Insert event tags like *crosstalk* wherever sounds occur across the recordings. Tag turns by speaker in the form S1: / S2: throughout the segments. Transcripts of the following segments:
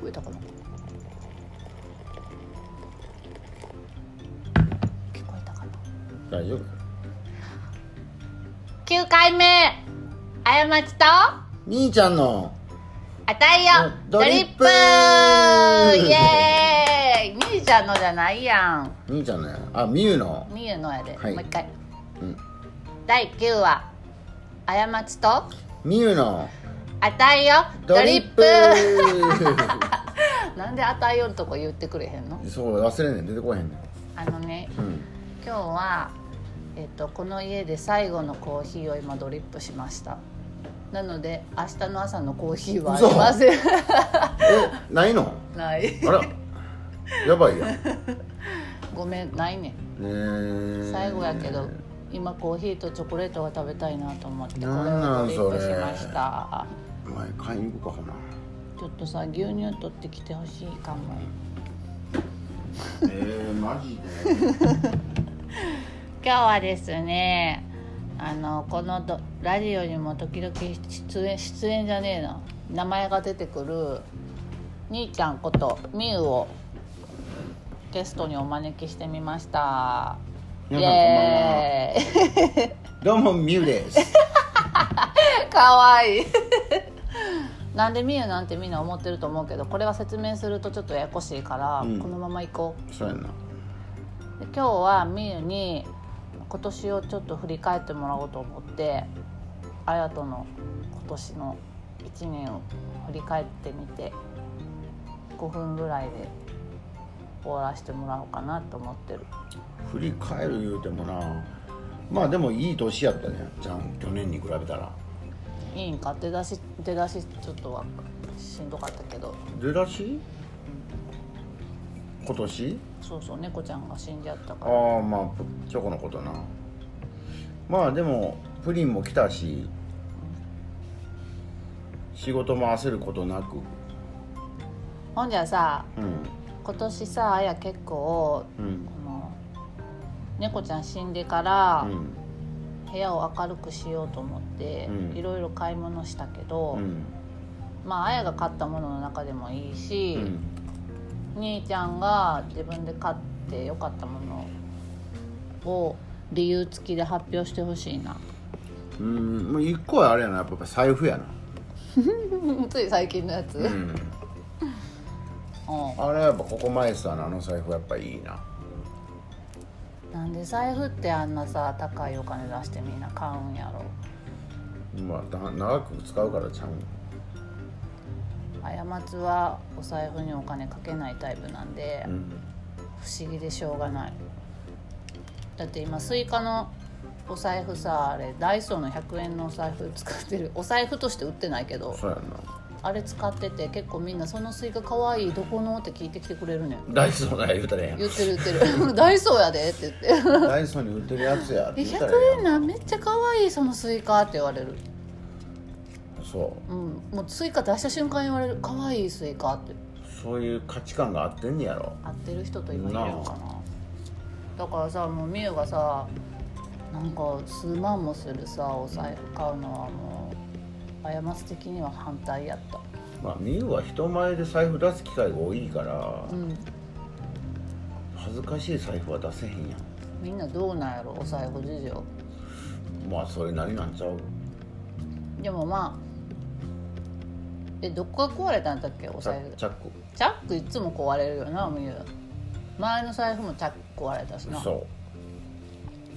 S1: こえたかな聞こえたかな
S2: 大丈夫
S1: 9回目あやまちと
S2: みーちゃんの
S1: あたいよ
S2: ド
S1: ド
S2: リ
S1: リ
S2: ッ
S1: ッ
S2: プ
S1: プイエーイみゆちゃんのじゃないやん
S2: みーちゃんのやあみゆの
S1: みゆのやで、
S2: はい
S1: もう一回
S2: うん
S1: 第9話あやまちとあ
S2: みゆの
S1: たいよドリップなんであたいよんとこ言ってくれへんの
S2: *laughs* そう忘れんねん出てこへんねん
S1: あのね
S2: うん
S1: 今日は、えっとこの家で最後のコーヒーを今ドリップしましたなので明日の朝のコーヒーはありません
S2: えないの
S1: *laughs* ない
S2: あらやばいやんね
S1: ごめんないね
S2: え
S1: 最後やけど今コーヒーとチョコレートが食べたいなと思ってこれを
S2: なんなん
S1: ドリップ
S2: それ
S1: しました
S2: お前買いに行こうか
S1: ちょっとさ牛乳取ってきてほしいかも
S2: なえー、マジで
S1: 今日はですねあのこのどラジオにも時々出演出演じゃねえな名前が出てくる兄ちゃんことみゆをゲストにお招きしてみましたイ
S2: 皆さんこんばんは
S1: エーイ
S2: どうもみゆです
S1: *laughs* かわいいなんでみゆなんてみんな思ってると思うけどこれは説明するとちょっとややこしいから、
S2: うん
S1: このまま行こう
S2: そうやな
S1: で今日はみゆに今年をちょっと振り返ってもらおうと思ってあやとの今年の1年を振り返ってみて5分ぐらいで終わらせてもらおうかなと思ってる
S2: 振り返る言うてもなまあでもいい年やったねじゃん去年に比べたら
S1: いいんか出だし出だしちょっとはしんどかったけど
S2: 出だし今年
S1: そうそう猫ちゃんが死んじゃったから
S2: ああまあぷチョコのことなまあでもプリンも来たし仕事も焦ることなく
S1: ほんじゃさ
S2: うん
S1: 今年さあや結構
S2: うん
S1: この猫ちゃん死んでから、
S2: うん
S1: 部屋を明るくしようと思って
S2: うん
S1: いろいろ買い物したけど、
S2: うん
S1: まああやが買ったものの中でもいいし
S2: う、ん
S1: 兄ちゃんが自分で買ってよかったものを理由付きで発表してほしいな
S2: うんもう一個はあれやなやっぱ財布やな
S1: *laughs* つい最近のやつ、*laughs*
S2: う
S1: うん
S2: んあれやっぱここ前さあの財布やっぱいいな
S1: なんで財布ってあんなさ高いお金出してみんな買うんやろ
S2: まあだ長く使うからちゃうん
S1: 過ちはお財布にお金かけないタイプなんで、
S2: うん
S1: 不思議でしょうがないだって今スイカのお財布さあれダイソーの100円のお財布使ってるお財布として売ってないけど
S2: そうやんな
S1: あれ使ってて結構みんな「そのスイカかわいいどこの?」って聞いてきてくれるねん
S2: ダイソーなら言うたらええ
S1: 言ってる言ってる「 *laughs* ダイソーやで」って言って
S2: やんダイソーに売ってるやつや
S1: 「
S2: って
S1: え
S2: 言った
S1: 100
S2: らええ
S1: 円なめっちゃかわいいそのスイカ」って言われる
S2: やんそう
S1: うんもうスイカ出した瞬間言われる「かわいいスイカ」って
S2: そういう価値観が合ってんねやろ
S1: 合ってる人と今いるのかなだからさもうみゆがさなんか数万もするさお財布買うのはもう過ち的には反対やった
S2: まあみゆは人前で財布出す機会が多いから
S1: うん
S2: 恥ずかしい財布は出せへんやん
S1: みんなどうなんやろお財布事情
S2: まあそれなりなんちゃう
S1: でもまあえどこが壊れたんだっけお
S2: チャ
S1: 財布
S2: チャック
S1: チャックいつも壊れるよなみゆ前の財布もチャック壊れたしな
S2: そ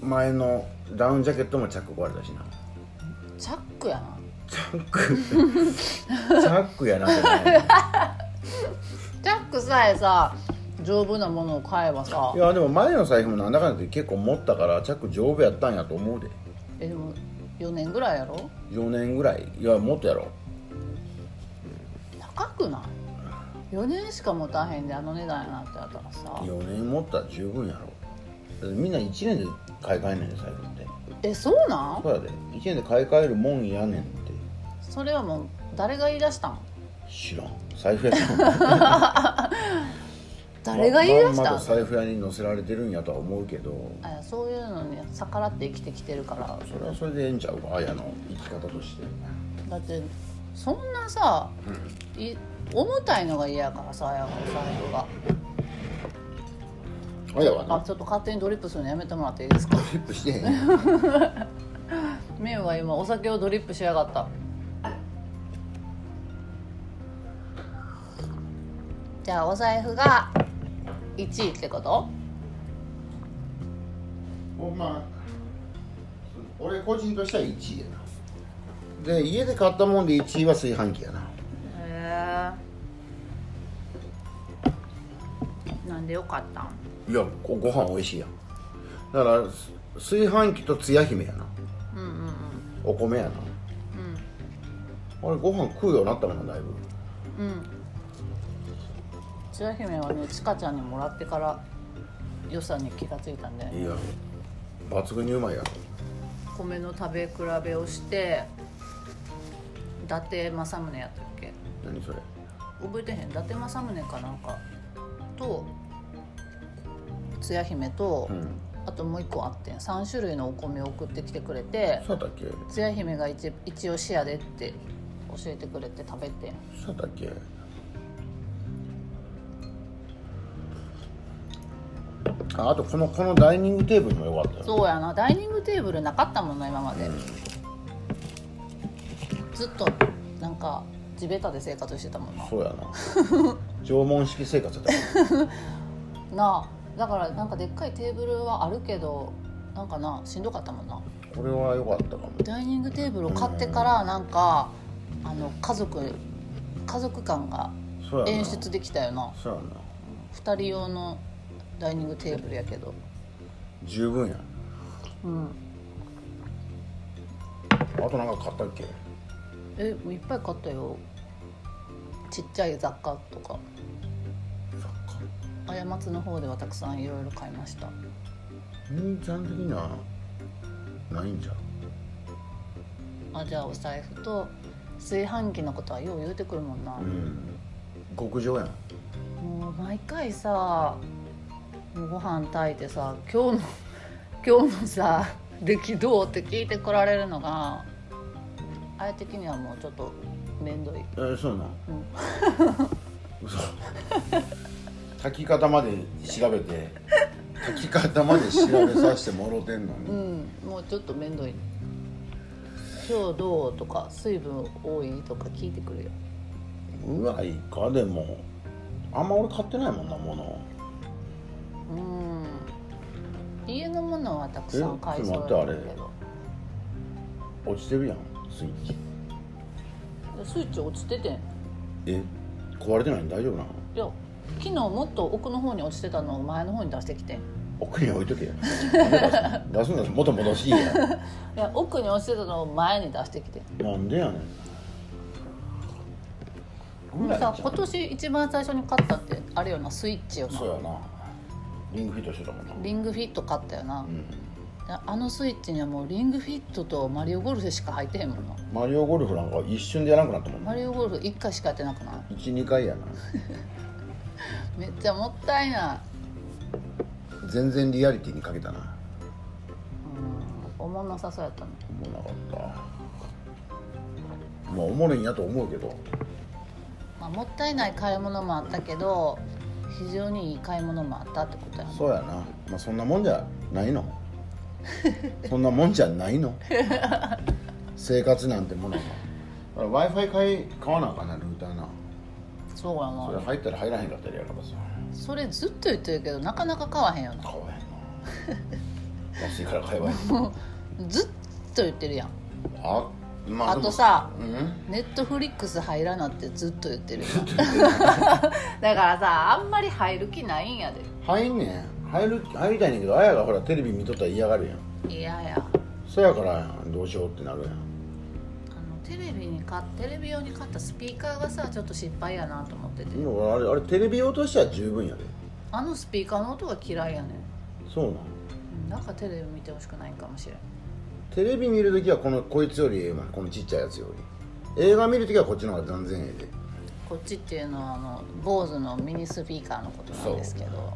S2: う前のダウンジャケットもチャック壊れたしな
S1: チャックやな
S2: チャ
S1: *laughs*
S2: ックチャックやなってね
S1: チャックさえさ丈夫なものを買えばさ
S2: いやでも前の財布もなんだかんだで結構持ったからチャック丈夫やったんやと思うで
S1: えでも4年ぐらいやろ
S2: 4年ぐらいいやもっとやろ
S1: 高くない4年しか持たへんであの値段やなってやったらさ
S2: 4年持ったら十分やろだってみんな1年で買い替えんねんで財布って
S1: えそうなん
S2: そうやで1年で買い替えるもんやねんって
S1: それはもう誰が言い出したん
S2: 知らん財布屋さん
S1: 誰が言い出し
S2: まん
S1: た
S2: ま
S1: ん
S2: と財布屋に載せられてるんやとは思うけど
S1: あそういうのに逆らって生きてきてるから
S2: それはそれでええんちゃうかあやの生き方として
S1: だってそんなさい重たいのが嫌やからさやお財布が
S2: あやわ
S1: あ
S2: な
S1: ちょっと勝手にドリップするのやめてもらっていいですか
S2: リップしてへんやん
S1: メンは今お酒をドリップしやがったじゃあお財布が1位ってこと
S2: ほんま俺個人としては1位やなで家で買ったもんで1位は炊飯器やな
S1: へえなんでよかったん
S2: いやごご飯美味しいやんだからす炊飯器とつや姫やな
S1: うんうん
S2: お米やな俺ご飯食うようになったもんなだいぶ
S1: うんうん千代姫はねちかちゃんにもらってから良さに気がついたんで
S2: いや抜群にうまいやろ
S1: 米の食べ比べをして伊達政宗やったっけ
S2: 何それ
S1: 覚えてへん伊達政宗かなんかとつや姫と、
S2: うん
S1: あともう一個あってん3種類のお米を送ってきてくれて
S2: そうだっけ
S1: つや姫が一一押しやでって教えてくれて食べてん
S2: そうだっけああとこのこのダイニングテーブルも良かったよ
S1: そうやなダイニングテーブルなかったもんな今まで、ずっとなんか地べたで生活してたもんな
S2: そうやな *laughs* 縄文式生活だった
S1: なあだからなんかでっかいテーブルはあるけどなんかなしんどかったもんな
S2: これは良かったかも
S1: ダイニングテーブルを買ってからなんかあの家族家族感が
S2: そうやな
S1: 演出できたよな
S2: そうやな
S1: 2人用のダイニングテーブルやけど
S2: 十分や
S1: うん
S2: あとなんか買ったっけ
S1: えいっぱい買ったよちっちゃい雑貨とか過ちの方ではたくさんいろいろ買いました
S2: 兄ちゃん的にはないんじゃう
S1: あじゃあお財布と炊飯器のことはよう言うてくるもんな、
S2: うん極上やん
S1: もう毎回さもうご飯炊いてさ今日の *laughs* 今日のさ出来どうって聞いてこられるのがあれ的にはもうちょっと面倒い
S2: えー、そうなん、嘘 *laughs* 炊き方まで調べて炊き方まで調べさせてもろてんの
S1: う
S2: に、
S1: んもうちょっと面倒い今日どうとか水分多いとか聞いてくるよ
S2: うわいかでもあんま俺買ってないもんなもの
S1: うん家のものはたくさん買いそう
S2: えちょっと
S1: や
S2: 待って
S1: けど
S2: 落ちてるやんスイッチ
S1: スイッチ落ちててんい
S2: え壊れてないの大丈夫なの
S1: や昨日もっと奥の方に落ちてたのを前の方に出してきてん
S2: 奥に置いと
S1: *laughs*
S2: けよなんで出すの出すんだもともとしいや
S1: いや奥に落ちてたのを前に出してきて
S2: んなんでやねん
S1: もうさ
S2: ちゃ
S1: 今
S2: う
S1: 年一番最初に買ったってあれよなスイッチよな
S2: そうやなリングフィットしてたもんな
S1: リングフィット買ったよな、
S2: ん
S1: あのスイッチにはもうリングフィットとマリオゴルフしか入ってへんもんな
S2: マリオゴルフなんか一瞬でやらなくなったもんな
S1: マリオゴルフ1回しかやってなくない
S2: 12回やな
S1: めっちゃもったいない
S2: 全然リアリティにかけたなも
S1: うんおもんなさそうやったの
S2: うなかったまあおもろいんやと思うけど
S1: まあ、もったいない買い物もあったけど非常にいい買い物もあったってことやな
S2: そうやなまあそんなもんじゃない
S1: *laughs*
S2: のそんなもんじゃないの生活なんてものは w i f i 買い買わなあかんなルーターな
S1: そうや
S2: それ
S1: な
S2: 入ったら入らへんかったりやからさ
S1: それずっと言ってるけどなかなか買わへんよな
S2: 買わへんな安いから買え
S1: *laughs*
S2: ばいい
S1: ずっと言ってるやん
S2: あま
S1: あ
S2: でも
S1: とさ
S2: うん
S1: ネットフリックス入らなってずっと言ってるやん *laughs* だからさあんまり入る気ないんやで
S2: 入んねん入る入りたいねんけどあやがほらテレビ見とったら嫌がるやん
S1: いやいや
S2: そやからやんどうしようってなるやん
S1: あのテレビに買っテレビ用に買ったスピーカーがさちょっと失敗やなと思ってて
S2: でもあれあれテレビ用としては十分やで
S1: あのスピーカーの音が嫌いやねん
S2: そうなん
S1: うんなんかテレビ見てほしくないんかもしれん
S2: テレビ見るときはこのこいつよりええわこのちっちゃいやつより映画見るときはこっちの方が断然ええで
S1: こっちっていうのはあの坊主のミニスピーカーのことなんですけど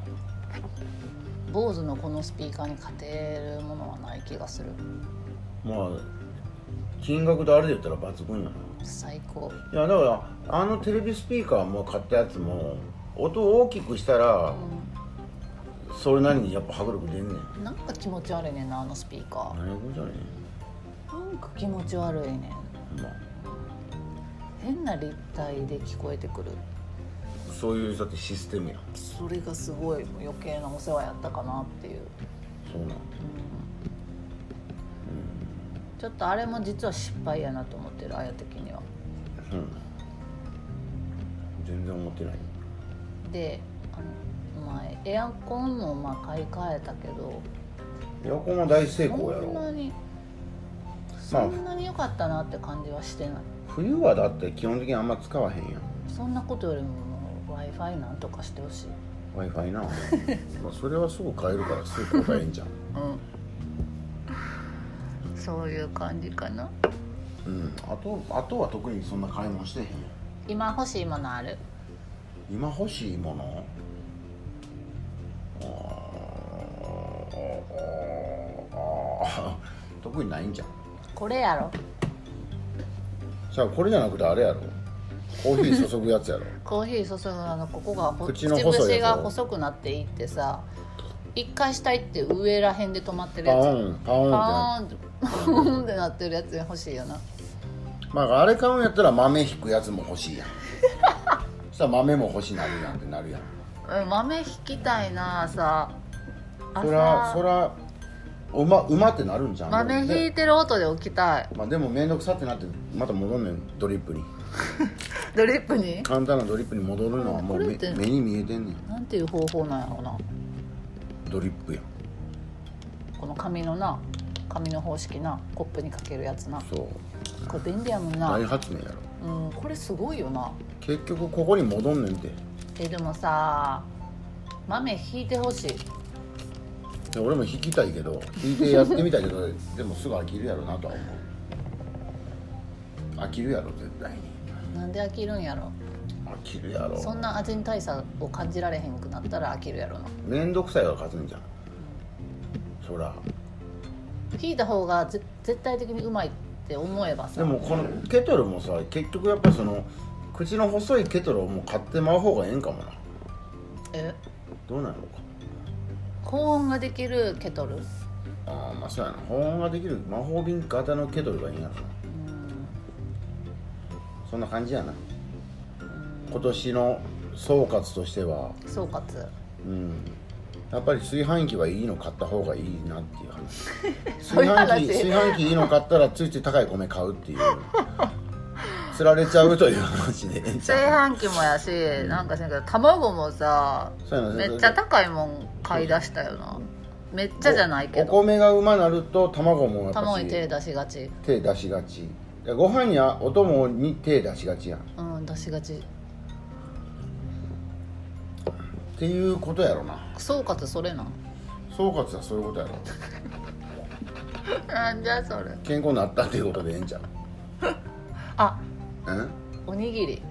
S1: 坊主のこのスピーカーに勝てるものはない気がする
S2: まあ金額とあれで言ったら抜群やな
S1: 最高
S2: いやだからあのテレビスピーカーも買ったやつも音を大きくしたらそれなりにやっぱ迫力出んねん
S1: なんか気持ち悪いねんなあのスピーカ
S2: 何事やね
S1: ーなんか気持ち悪いねん
S2: んま
S1: 変な立体で聞こえてくる
S2: あそういうだってシステムやん
S1: それがすごいもう余計なお世話やったかなっていう、
S2: そうなん
S1: うん、ちょっとあれも実は失敗やなと思ってるあや的には
S2: うん全然思ってない
S1: であの、まあ、エアコンもまあ買い替えたけど
S2: エアコンも大成功や
S1: そんな
S2: ろ
S1: に
S2: ま
S1: そ
S2: あ
S1: んなに良かったなって感じはしてない
S2: 冬はだって基本的にあんま使わへんやん
S1: そんなことよりもも w i f i なんとかしてほしい
S2: w i
S1: *laughs*
S2: f i なまあそれはすぐ買えるからすぐ買えんじゃん
S1: うんそういう感じかな
S2: うんあとあとは特にそんな買い物してへん
S1: 今欲しいものある
S2: 今欲しいものあーあー特にないんじゃん
S1: これやろ
S2: じゃあこれじゃなくてあれやろコーヒー注ぐや
S1: *laughs*
S2: つやろ
S1: コーヒー注ぐあのここがほ
S2: 口の細いやつ
S1: 口が細くなっていってさ一回下行って上らへんで止まってる
S2: パ
S1: やつ
S2: オンパオンって
S1: パ
S2: な
S1: ーンってパーンって *laughs* なってるやつ欲しいよな
S2: まああれ買うんやったら豆引くやつも欲しいやんそしたら豆も欲しなるやんってなるやん
S1: うん豆引きたいなさ
S2: そらそ
S1: 朝
S2: らうまうまってなるんじゃん
S1: 豆引いてる音で起きたい
S2: まあでも面倒くさってなってまた戻んねんドリップに
S1: ドリップに
S2: 簡単なドリップに戻るのはも
S1: こ
S2: う
S1: れ
S2: 目
S1: って
S2: 目に見えてんねん
S1: なんていう方法なんやろうな
S2: ドリップやん
S1: この紙のな紙の方式なコップにかけるやつな
S2: そう
S1: これ便利やもんな
S2: 大発明やろ
S1: うんこれすごいよな
S2: 結局ここに戻んねんて
S1: えでもさ豆引いてほしい
S2: で俺も弾きたいけど弾いてやってみたいけど *laughs* でもすぐ飽きるやろなとは思う飽きるやろ絶対に
S1: なんで飽きるんやろ
S2: 飽きるやろ
S1: そんな味に大差を感じられへんくなったら飽きるやろな
S2: 面倒くさいが勝つんじゃんそら
S1: 引いた方がぜ絶対的にうまいって思えばさ
S2: でもこのケトルもさ結局やっぱその口の細いケトルをもう買ってまう方がええんかもな
S1: え
S2: どうなのか
S1: 高温ができるケトル
S2: ああまあそうやな保温ができる魔法瓶型のケトルがいいんやろな
S1: うん
S2: そんな感じやな今年の総括としては
S1: 総括
S2: うんやっぱり炊飯器はいいの買った方がいいなっていう話 *laughs*
S1: そうい
S2: 炊
S1: う
S2: 飯
S1: 話
S2: 器炊飯器いいの買ったらついつい高い米買う *laughs* っていうつられちゃうという話で *laughs*
S1: 炊飯器もやしなんかしんけど卵もさ
S2: そうやな
S1: めっちゃ高いもん買い出したよなめっちゃじゃないけ
S2: お
S1: ど
S2: 米がうまなると卵もやっぱし
S1: 卵に手出しがち
S2: 手出しがちいやご飯やお供に手出しがちやんっ
S1: うん出しがち
S2: ていうことやろな
S1: 総括それなん
S2: 総括はそういうことやろ
S1: なんじゃそれ
S2: 健康になったっていうことでええんちゃう *laughs*
S1: あ
S2: うん
S1: おにぎり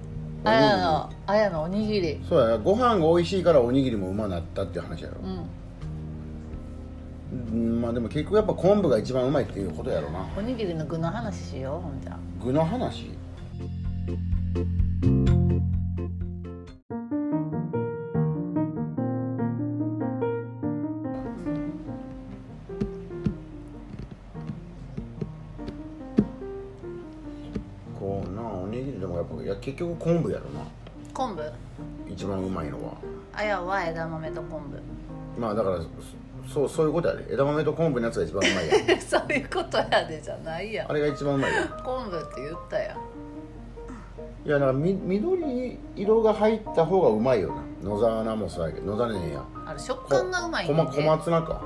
S1: あやのあやのおにぎり
S2: そうやなご飯が美味しいからおにぎりもうまなったっていう話やろ
S1: うん
S2: うんまあでも結局やっぱ昆布が一番うまいっていうことやろな
S1: おにぎりの具の話しようほんじゃ
S2: 具の話こうなおにぎりでもやっぱいや結局昆布やろな
S1: 昆布
S2: 一番うまいのは
S1: あやは枝豆と昆
S2: まあだからそそうそういうことやで枝豆と昆布のやつが一番うまいやん
S1: 布そういうことやでじゃないやん
S2: あれが一番うまいやん
S1: 昆布って言ったやん
S2: いやなんかみ緑色が入った方がうまいよな野沢菜もそうやけど野沢菜ねえや
S1: あれ食感がうまい
S2: こ
S1: ねん
S2: ま小松菜か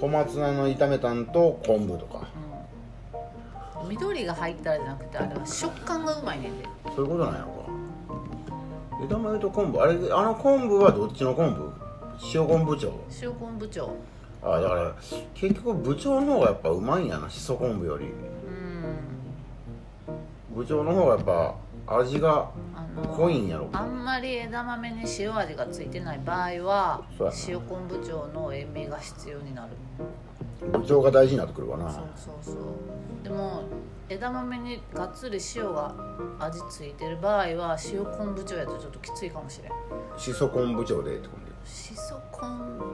S2: 小松菜の炒めたんと昆布とか
S1: うん緑が入ったらじゃなくてあれは食感がうまいねんで
S2: そういうことなんやろか枝豆と昆布あれあの昆布はどっちの昆布塩昆布長
S1: 塩昆布長
S2: あだから結局部長の方がやっぱうまいんやなしそ昆布より
S1: うん
S2: 部長の方がやっぱ味が
S1: あ
S2: 濃い
S1: の
S2: んやろ
S1: あんまり枝豆に塩味がついてない場合は
S2: そうやな
S1: 塩昆布長の塩味が必要になる
S2: 部長が大事になってくるわな
S1: そうそうそうでも枝豆にがっつり塩が味付いてる場合は塩昆布茶やとちょっときついかもしれん
S2: しそ昆布長でってことで
S1: しそ昆布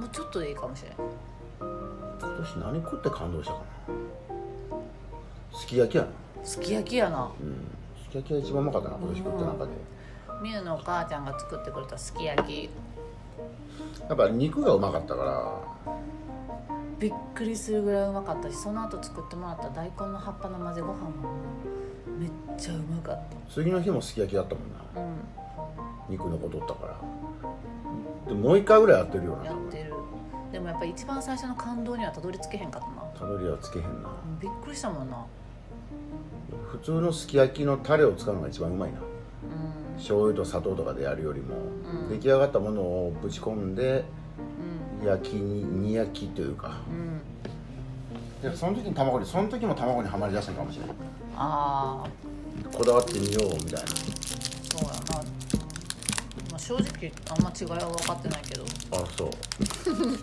S1: もうちょっとでいいかもしれん
S2: 今年何食って感動したかなすき焼きやな
S1: すき焼きやな
S2: うんすき焼きが一番うまかったな今年食った中で
S1: みゆのお母ちゃんが作ってくれたすき焼き
S2: やっぱ肉がうまかったから
S1: びっくりするぐらいうまかったしその後作ってもらった大根の葉っぱの混ぜご飯もめっちゃうまかっ
S2: 次の日もすき焼きだったもんな
S1: たうん
S2: 肉残っとったからでもう一回ぐらいやってるよな
S1: やってるでもやっぱり一番最初の感動にはたどり着けへんかったな
S2: たどりはつけへんな
S1: びっくりしたもんな
S2: 普通のすき焼きのタレを使うのが一番うまいな
S1: うん
S2: 醤油と砂糖とかでやるよりも、
S1: うん
S2: 出来上がったものをぶち込んで
S1: うん
S2: 焼きに煮焼きというか
S1: うん
S2: でその時に卵にその時も卵にはまりだしたのかもしれない
S1: ああ
S2: こだわってみようみたいな
S1: そうやな、まあ、正直あんま違いは分かってないけど
S2: あそう
S1: 分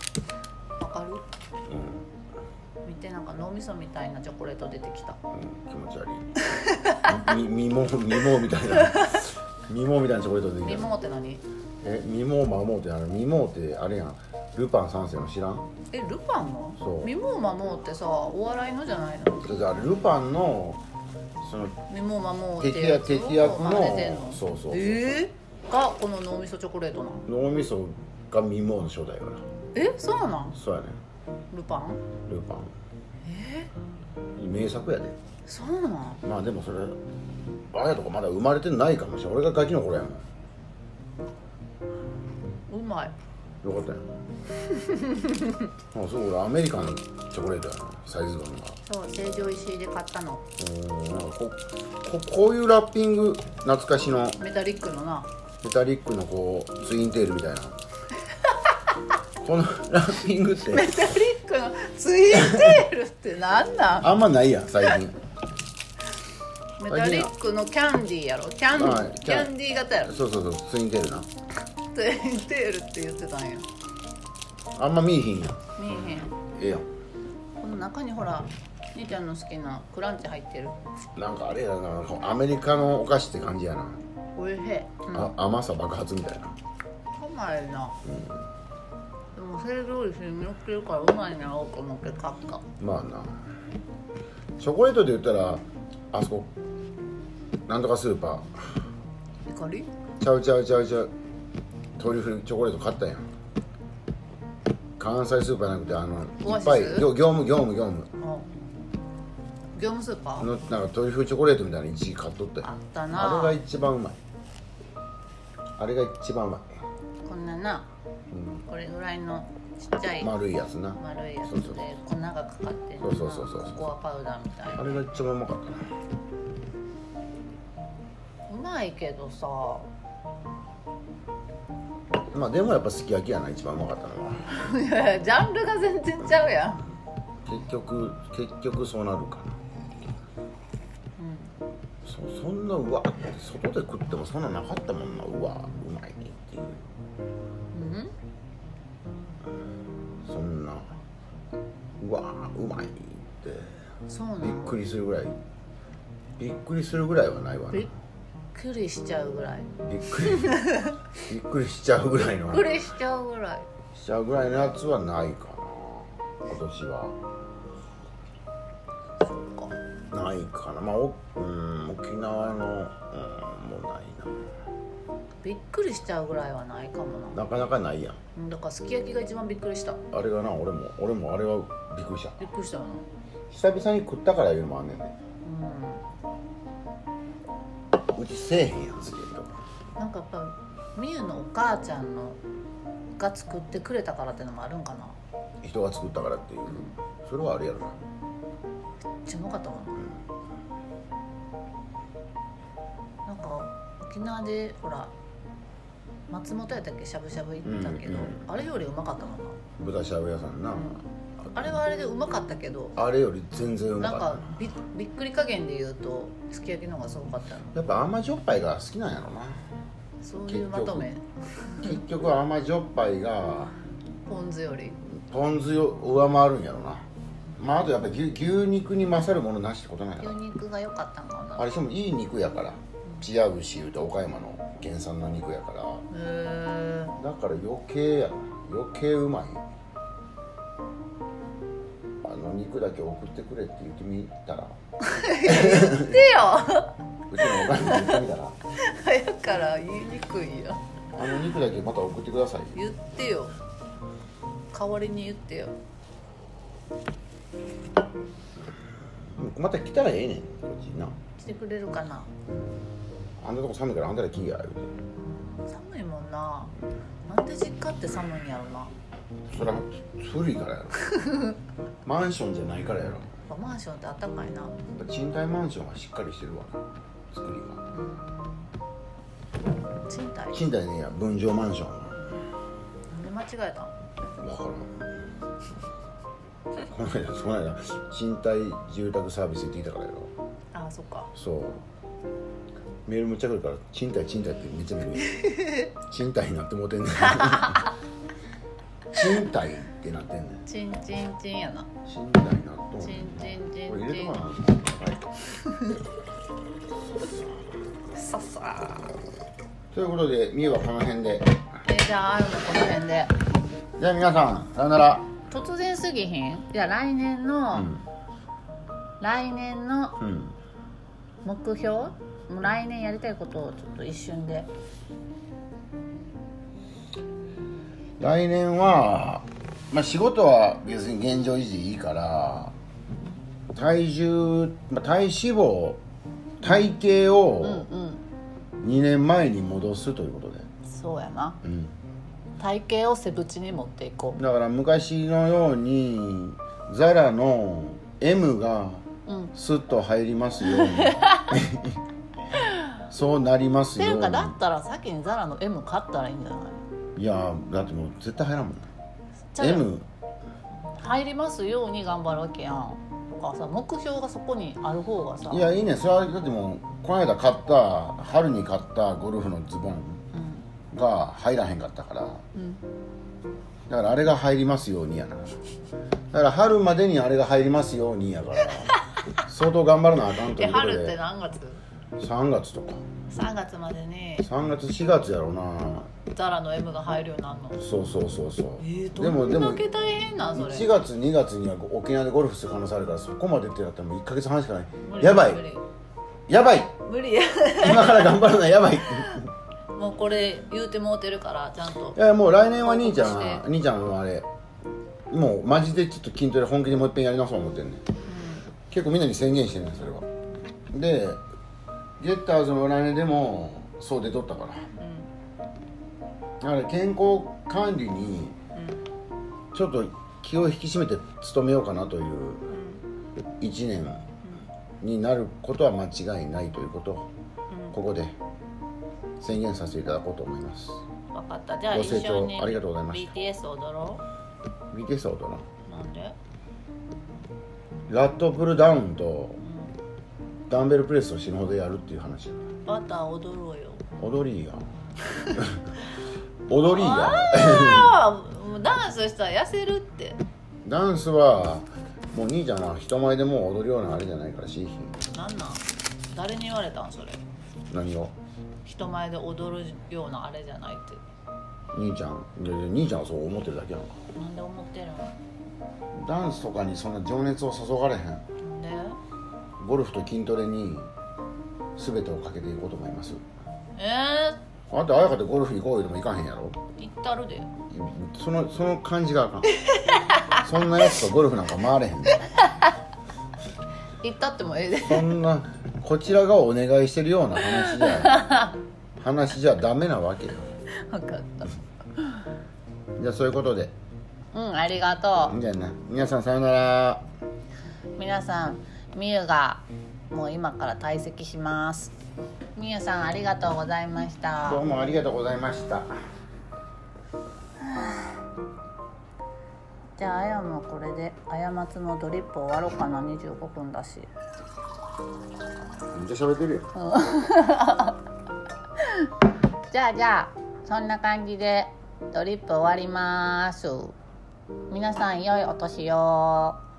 S1: かる
S2: う
S1: 見てなんか脳みそみたいなチョコレート出てきた
S2: ん、うん、気持ち悪い *laughs* みみもみもみたいな *laughs* みもみたいなチョコレート出て
S1: ミ
S2: きた
S1: モーって何
S2: えみもまもうってあれみもうってあれやんルパン三世の知らん
S1: えルパンの
S2: そう
S1: ミモーマモーってさお笑いのじゃないの
S2: だからルパンのその
S1: ミモーマモーって
S2: 敵や
S1: つを
S2: 敵役の
S1: 真似てんの
S2: そうそう
S1: えー、がこの脳みそチョコレートなの
S2: 脳みそがみもうの正体よな
S1: えそうなん
S2: そうやね
S1: ルパン
S2: ルパンえ名作やで
S1: そうなん
S2: まあでもそれあやとかまだ生まれてないかもしれん俺がガキの頃やもん
S1: うまい
S2: よか *laughs* ったよあそう俺アメリカンチョコレートやなサイズ感が
S1: そう成城石井で買ったの
S2: うんなんかこここういうラッピング懐かしの
S1: メタリックのな
S2: メタリックのこうツインテールみたいな *laughs* このラッピングって
S1: メタリックのツインテールってなんなん
S2: あんまないやん最近
S1: *laughs* メタリックのキャンディーやろキャン,、
S2: はい
S1: キャンディー型やろ
S2: そうそうそうツインテールな
S1: ツインテールって言ってたんや
S2: あんま見えへんやん
S1: 見えへん
S2: ええやん
S1: この中にほら兄ちゃんの好きなクランチ入ってる
S2: なんかあれやなこうアメリカのお菓子って感じやな、
S1: おいしい、うん、
S2: あ甘さ爆発みたいな
S1: うまいな、でも成城石井に乗ってるからうまいなろうと思って買った
S2: まあなチョコレートで言ったらあそこなんとかスーパー
S1: 怒り
S2: ちゃうちゃうちゃうちゃうトリュフチョコレート買ったやん関西スーパーじゃなくてあの
S1: オ
S2: い
S1: ア
S2: っ
S1: シス
S2: ぱい業業務業務業務
S1: あ業務スーパー、
S2: のなんかトリュフチョコレートみたいなの一時買っとったやん
S1: あったな
S2: あれが一番うまいあれが一番うま
S1: こんなな、これぐらいのちっちゃ
S2: い
S1: い
S2: 丸いやつな
S1: 丸いやつ
S2: そうそう
S1: で粉がかかってる
S2: そうそうそうそう
S1: ココアパウダーみたい
S2: あ
S1: な
S2: れが一番うまかったな
S1: うまいけどさ *laughs*
S2: まあでもやっぱすき焼きやな一番うまかったの
S1: い
S2: は
S1: やジャンルが全然ちゃうやん
S2: 結局結局そうなるかなそそんなうわ外で食ってもそんななかったもんなうわうまいねっていう
S1: うん
S2: そんなうわうまいって
S1: そうな
S2: びっ
S1: の
S2: くりするぐらいびっくりするぐらいはないわな
S1: びっくりしちゃうぐらい
S2: びっくりびっくりしちゃうぐらいの
S1: びっくりしちゃうぐらい
S2: しちゃうぐらいのやつはないかな今年は
S1: そっか
S2: ないかなまあおうん沖縄のうんもうない
S1: びっくりしちゃうぐらいはないかもな
S2: ななかなかないやん
S1: うんだからすき焼きが一番びっくりした
S2: あれがな俺も俺もあれはびっくりした
S1: びっくりしたよな
S2: 久々に食ったからいうのもあんねんで
S1: う
S2: うちせえへんやんすき焼きとか
S1: んなんかやっぱみゆのお母ちゃんのが作ってくれたからってのもあるんかな
S2: 人が作ったからっていうそれはあれやろな
S1: めっちゃうまかったもんなんか沖縄でほら松本やったっけしゃぶしゃぶ行ったけど、
S2: うんうん
S1: あれよりうまかったもんな
S2: 豚しゃぶ屋さんな、
S1: あれはあれでうまかったけど
S2: あれより全然うま
S1: なん
S2: かった
S1: かびびっくり加減で言うとすき焼きの方がすごかったの
S2: やっぱ甘じょっぱいが好きなんやろな
S1: そういうまとめ
S2: 結局甘じょっぱいが
S1: ポン酢より
S2: ポン酢を上回るんやろなまああとやっぱ牛牛肉に勝るものなしってことなんや
S1: 牛
S2: な
S1: 肉が良かったんかな
S2: あれしかもいい肉やから千屋牛いうて岡山の原産の肉やから
S1: へ
S2: だから余計やな余計うまいあの肉だけ送ってくれって言ってみたら
S1: えでよ *laughs*
S2: うちのおかみに言ってみたら
S1: 早から言いにくいよ
S2: あの肉だけまた送ってください
S1: 言ってよ代わりに言ってよ
S2: また来たらええねんこっちにな
S1: 来てくれるかな
S2: あんなとこ寒いからあんたら来いや言うて
S1: 寒いもんななんで実家って寒いんやろな
S2: そら古いからやろマンションじゃないからやろ
S1: やっぱマンションってあったかいな
S2: やっぱ賃貸マンションはしっかりしてるわな作りが
S1: 賃貸
S2: 賃貸ねえや分譲マンション
S1: なんで間違えたん
S2: だからんこの間この間賃貸住宅サービス行ってきたからやろ
S1: あそっか
S2: そうメールむっちゃくるから賃貸賃貸ってめっちゃ見る賃貸になってもうてんねん賃貸ってなってんねん
S1: チンチンチンやな
S2: 賃貸になっとん
S1: チ
S2: ねん
S1: ンチンチ
S2: これ
S1: ン
S2: 入れ
S1: チ
S2: とかな
S1: ン
S2: はい
S1: さっさ
S2: ということでみゆはこの辺で
S1: えーじゃああるのこの辺で
S2: じゃあ皆さんさよなら
S1: 突然すぎひんじゃあ来年の、来年の
S2: うん、うん
S1: 目標もう来年やりたいことをちょっと一瞬で
S2: 来年は、まあ、仕事は別に現状維持いいから体重、まあ、体脂肪体型
S1: うん
S2: を
S1: うん
S2: 2年前に戻すということで、
S1: そうやな
S2: うん
S1: 体型を背縁に持っていこ
S2: だから昔のようにザラの M が
S1: ううん
S2: スッと入ります
S1: *laughs*
S2: ようにそうなります
S1: てい
S2: よう
S1: うかだ
S2: に
S1: ったら先にザラの M 買ったらいいんじゃない
S2: いやだってもう絶対入らんもん
S1: ちゃうやん
S2: M
S1: 入りますように頑張るわけやんとかさ目標がそこにある方がさ
S2: いやいいねそれはだってもうこの間買った春に買ったゴルフのズボン
S1: う
S2: が入らへんかったから
S1: んうん
S2: だからあれが入りますようにやなだから春までにあれが入りますようにやから
S1: *laughs*
S2: 相当頑張らなあかんと
S1: で
S2: いうこと
S1: 春って
S2: で
S1: 何月
S2: 3月とか
S1: 3月までに
S2: 3月4月やろうな
S1: ザラの M が入るようになるの
S2: そうそうそうそう、
S1: えー、
S2: でもで
S1: ど
S2: も
S1: んだけ大変なんそれ
S2: 1月2月には沖縄でゴルフする可能性あるからそこまでってなったらもう1か月半しかない
S1: 無理
S2: やばい
S1: 無理
S2: やばい
S1: 無理 *laughs* や
S2: 今から頑張るのやばいい
S1: もうこれ言うてもうてるからちゃんと
S2: やもう来年は兄ちゃん
S1: 報告
S2: は
S1: して
S2: 兄ちゃんはあれもうマジでちょっと筋トレ本気でもう一遍やり直そう思ってんねん結構みんなに宣言してんねんそれはでゲッターズの来年でもそう出とったから
S1: うん
S2: だから健康管理にちょっと気を引き締めて努めようかなという
S1: うん
S2: 1年になることは間違いないということを
S1: うん
S2: ここで宣言させていただこうと思います
S1: うん分かったじゃあ
S2: ご
S1: 一
S2: 清聴
S1: 緒に
S2: ありがとうございました
S1: BTS 踊ろ
S2: BTS はどうな
S1: うなんで
S2: ラットプルダウンとダンベルプレスを死ぬほどやるっていう話
S1: バター踊ろうよ
S2: 踊りや踊りや
S1: ああもうダンスしたら痩せるって
S2: ダンスはもう兄ちゃんは人前でもう踊るようなあれじゃないからしいひん
S1: なんなん誰に言われたんそれ
S2: 何を
S1: 人前で踊るようなあれじゃないって
S2: 兄ちゃんいやいや兄ちゃんはそう思ってるだけやんか
S1: なんで思ってるの
S2: ダンスとかにそんな情熱を注がれへん
S1: なんで
S2: ゴルフと筋トレに全てをかけていこうと思います
S1: え
S2: あんた綾香でゴルフ行こうよでも行かへんやろ
S1: ー、行ったるで
S2: そのその感じがあかんそんなやつとゴルフなんか回れへん
S1: 行ったってもええで *laughs*
S2: そんなこちらがお願いしてるような話じゃ話じゃダメなわけよ
S1: 分かった
S2: じゃあそういうことで
S1: うんありがと
S2: いいんじゃない皆さんさよなら
S1: う皆さんみゆがもう今から退席しますみゆさんありがとうございました
S2: どうもありがとうございました
S1: じゃああやもこれであやまつのドリップ終わろうかな25分だし
S2: めっちゃ喋ってるよ
S1: じゃあじゃあそんな感じでドリップ終わります。皆さん良いお年を。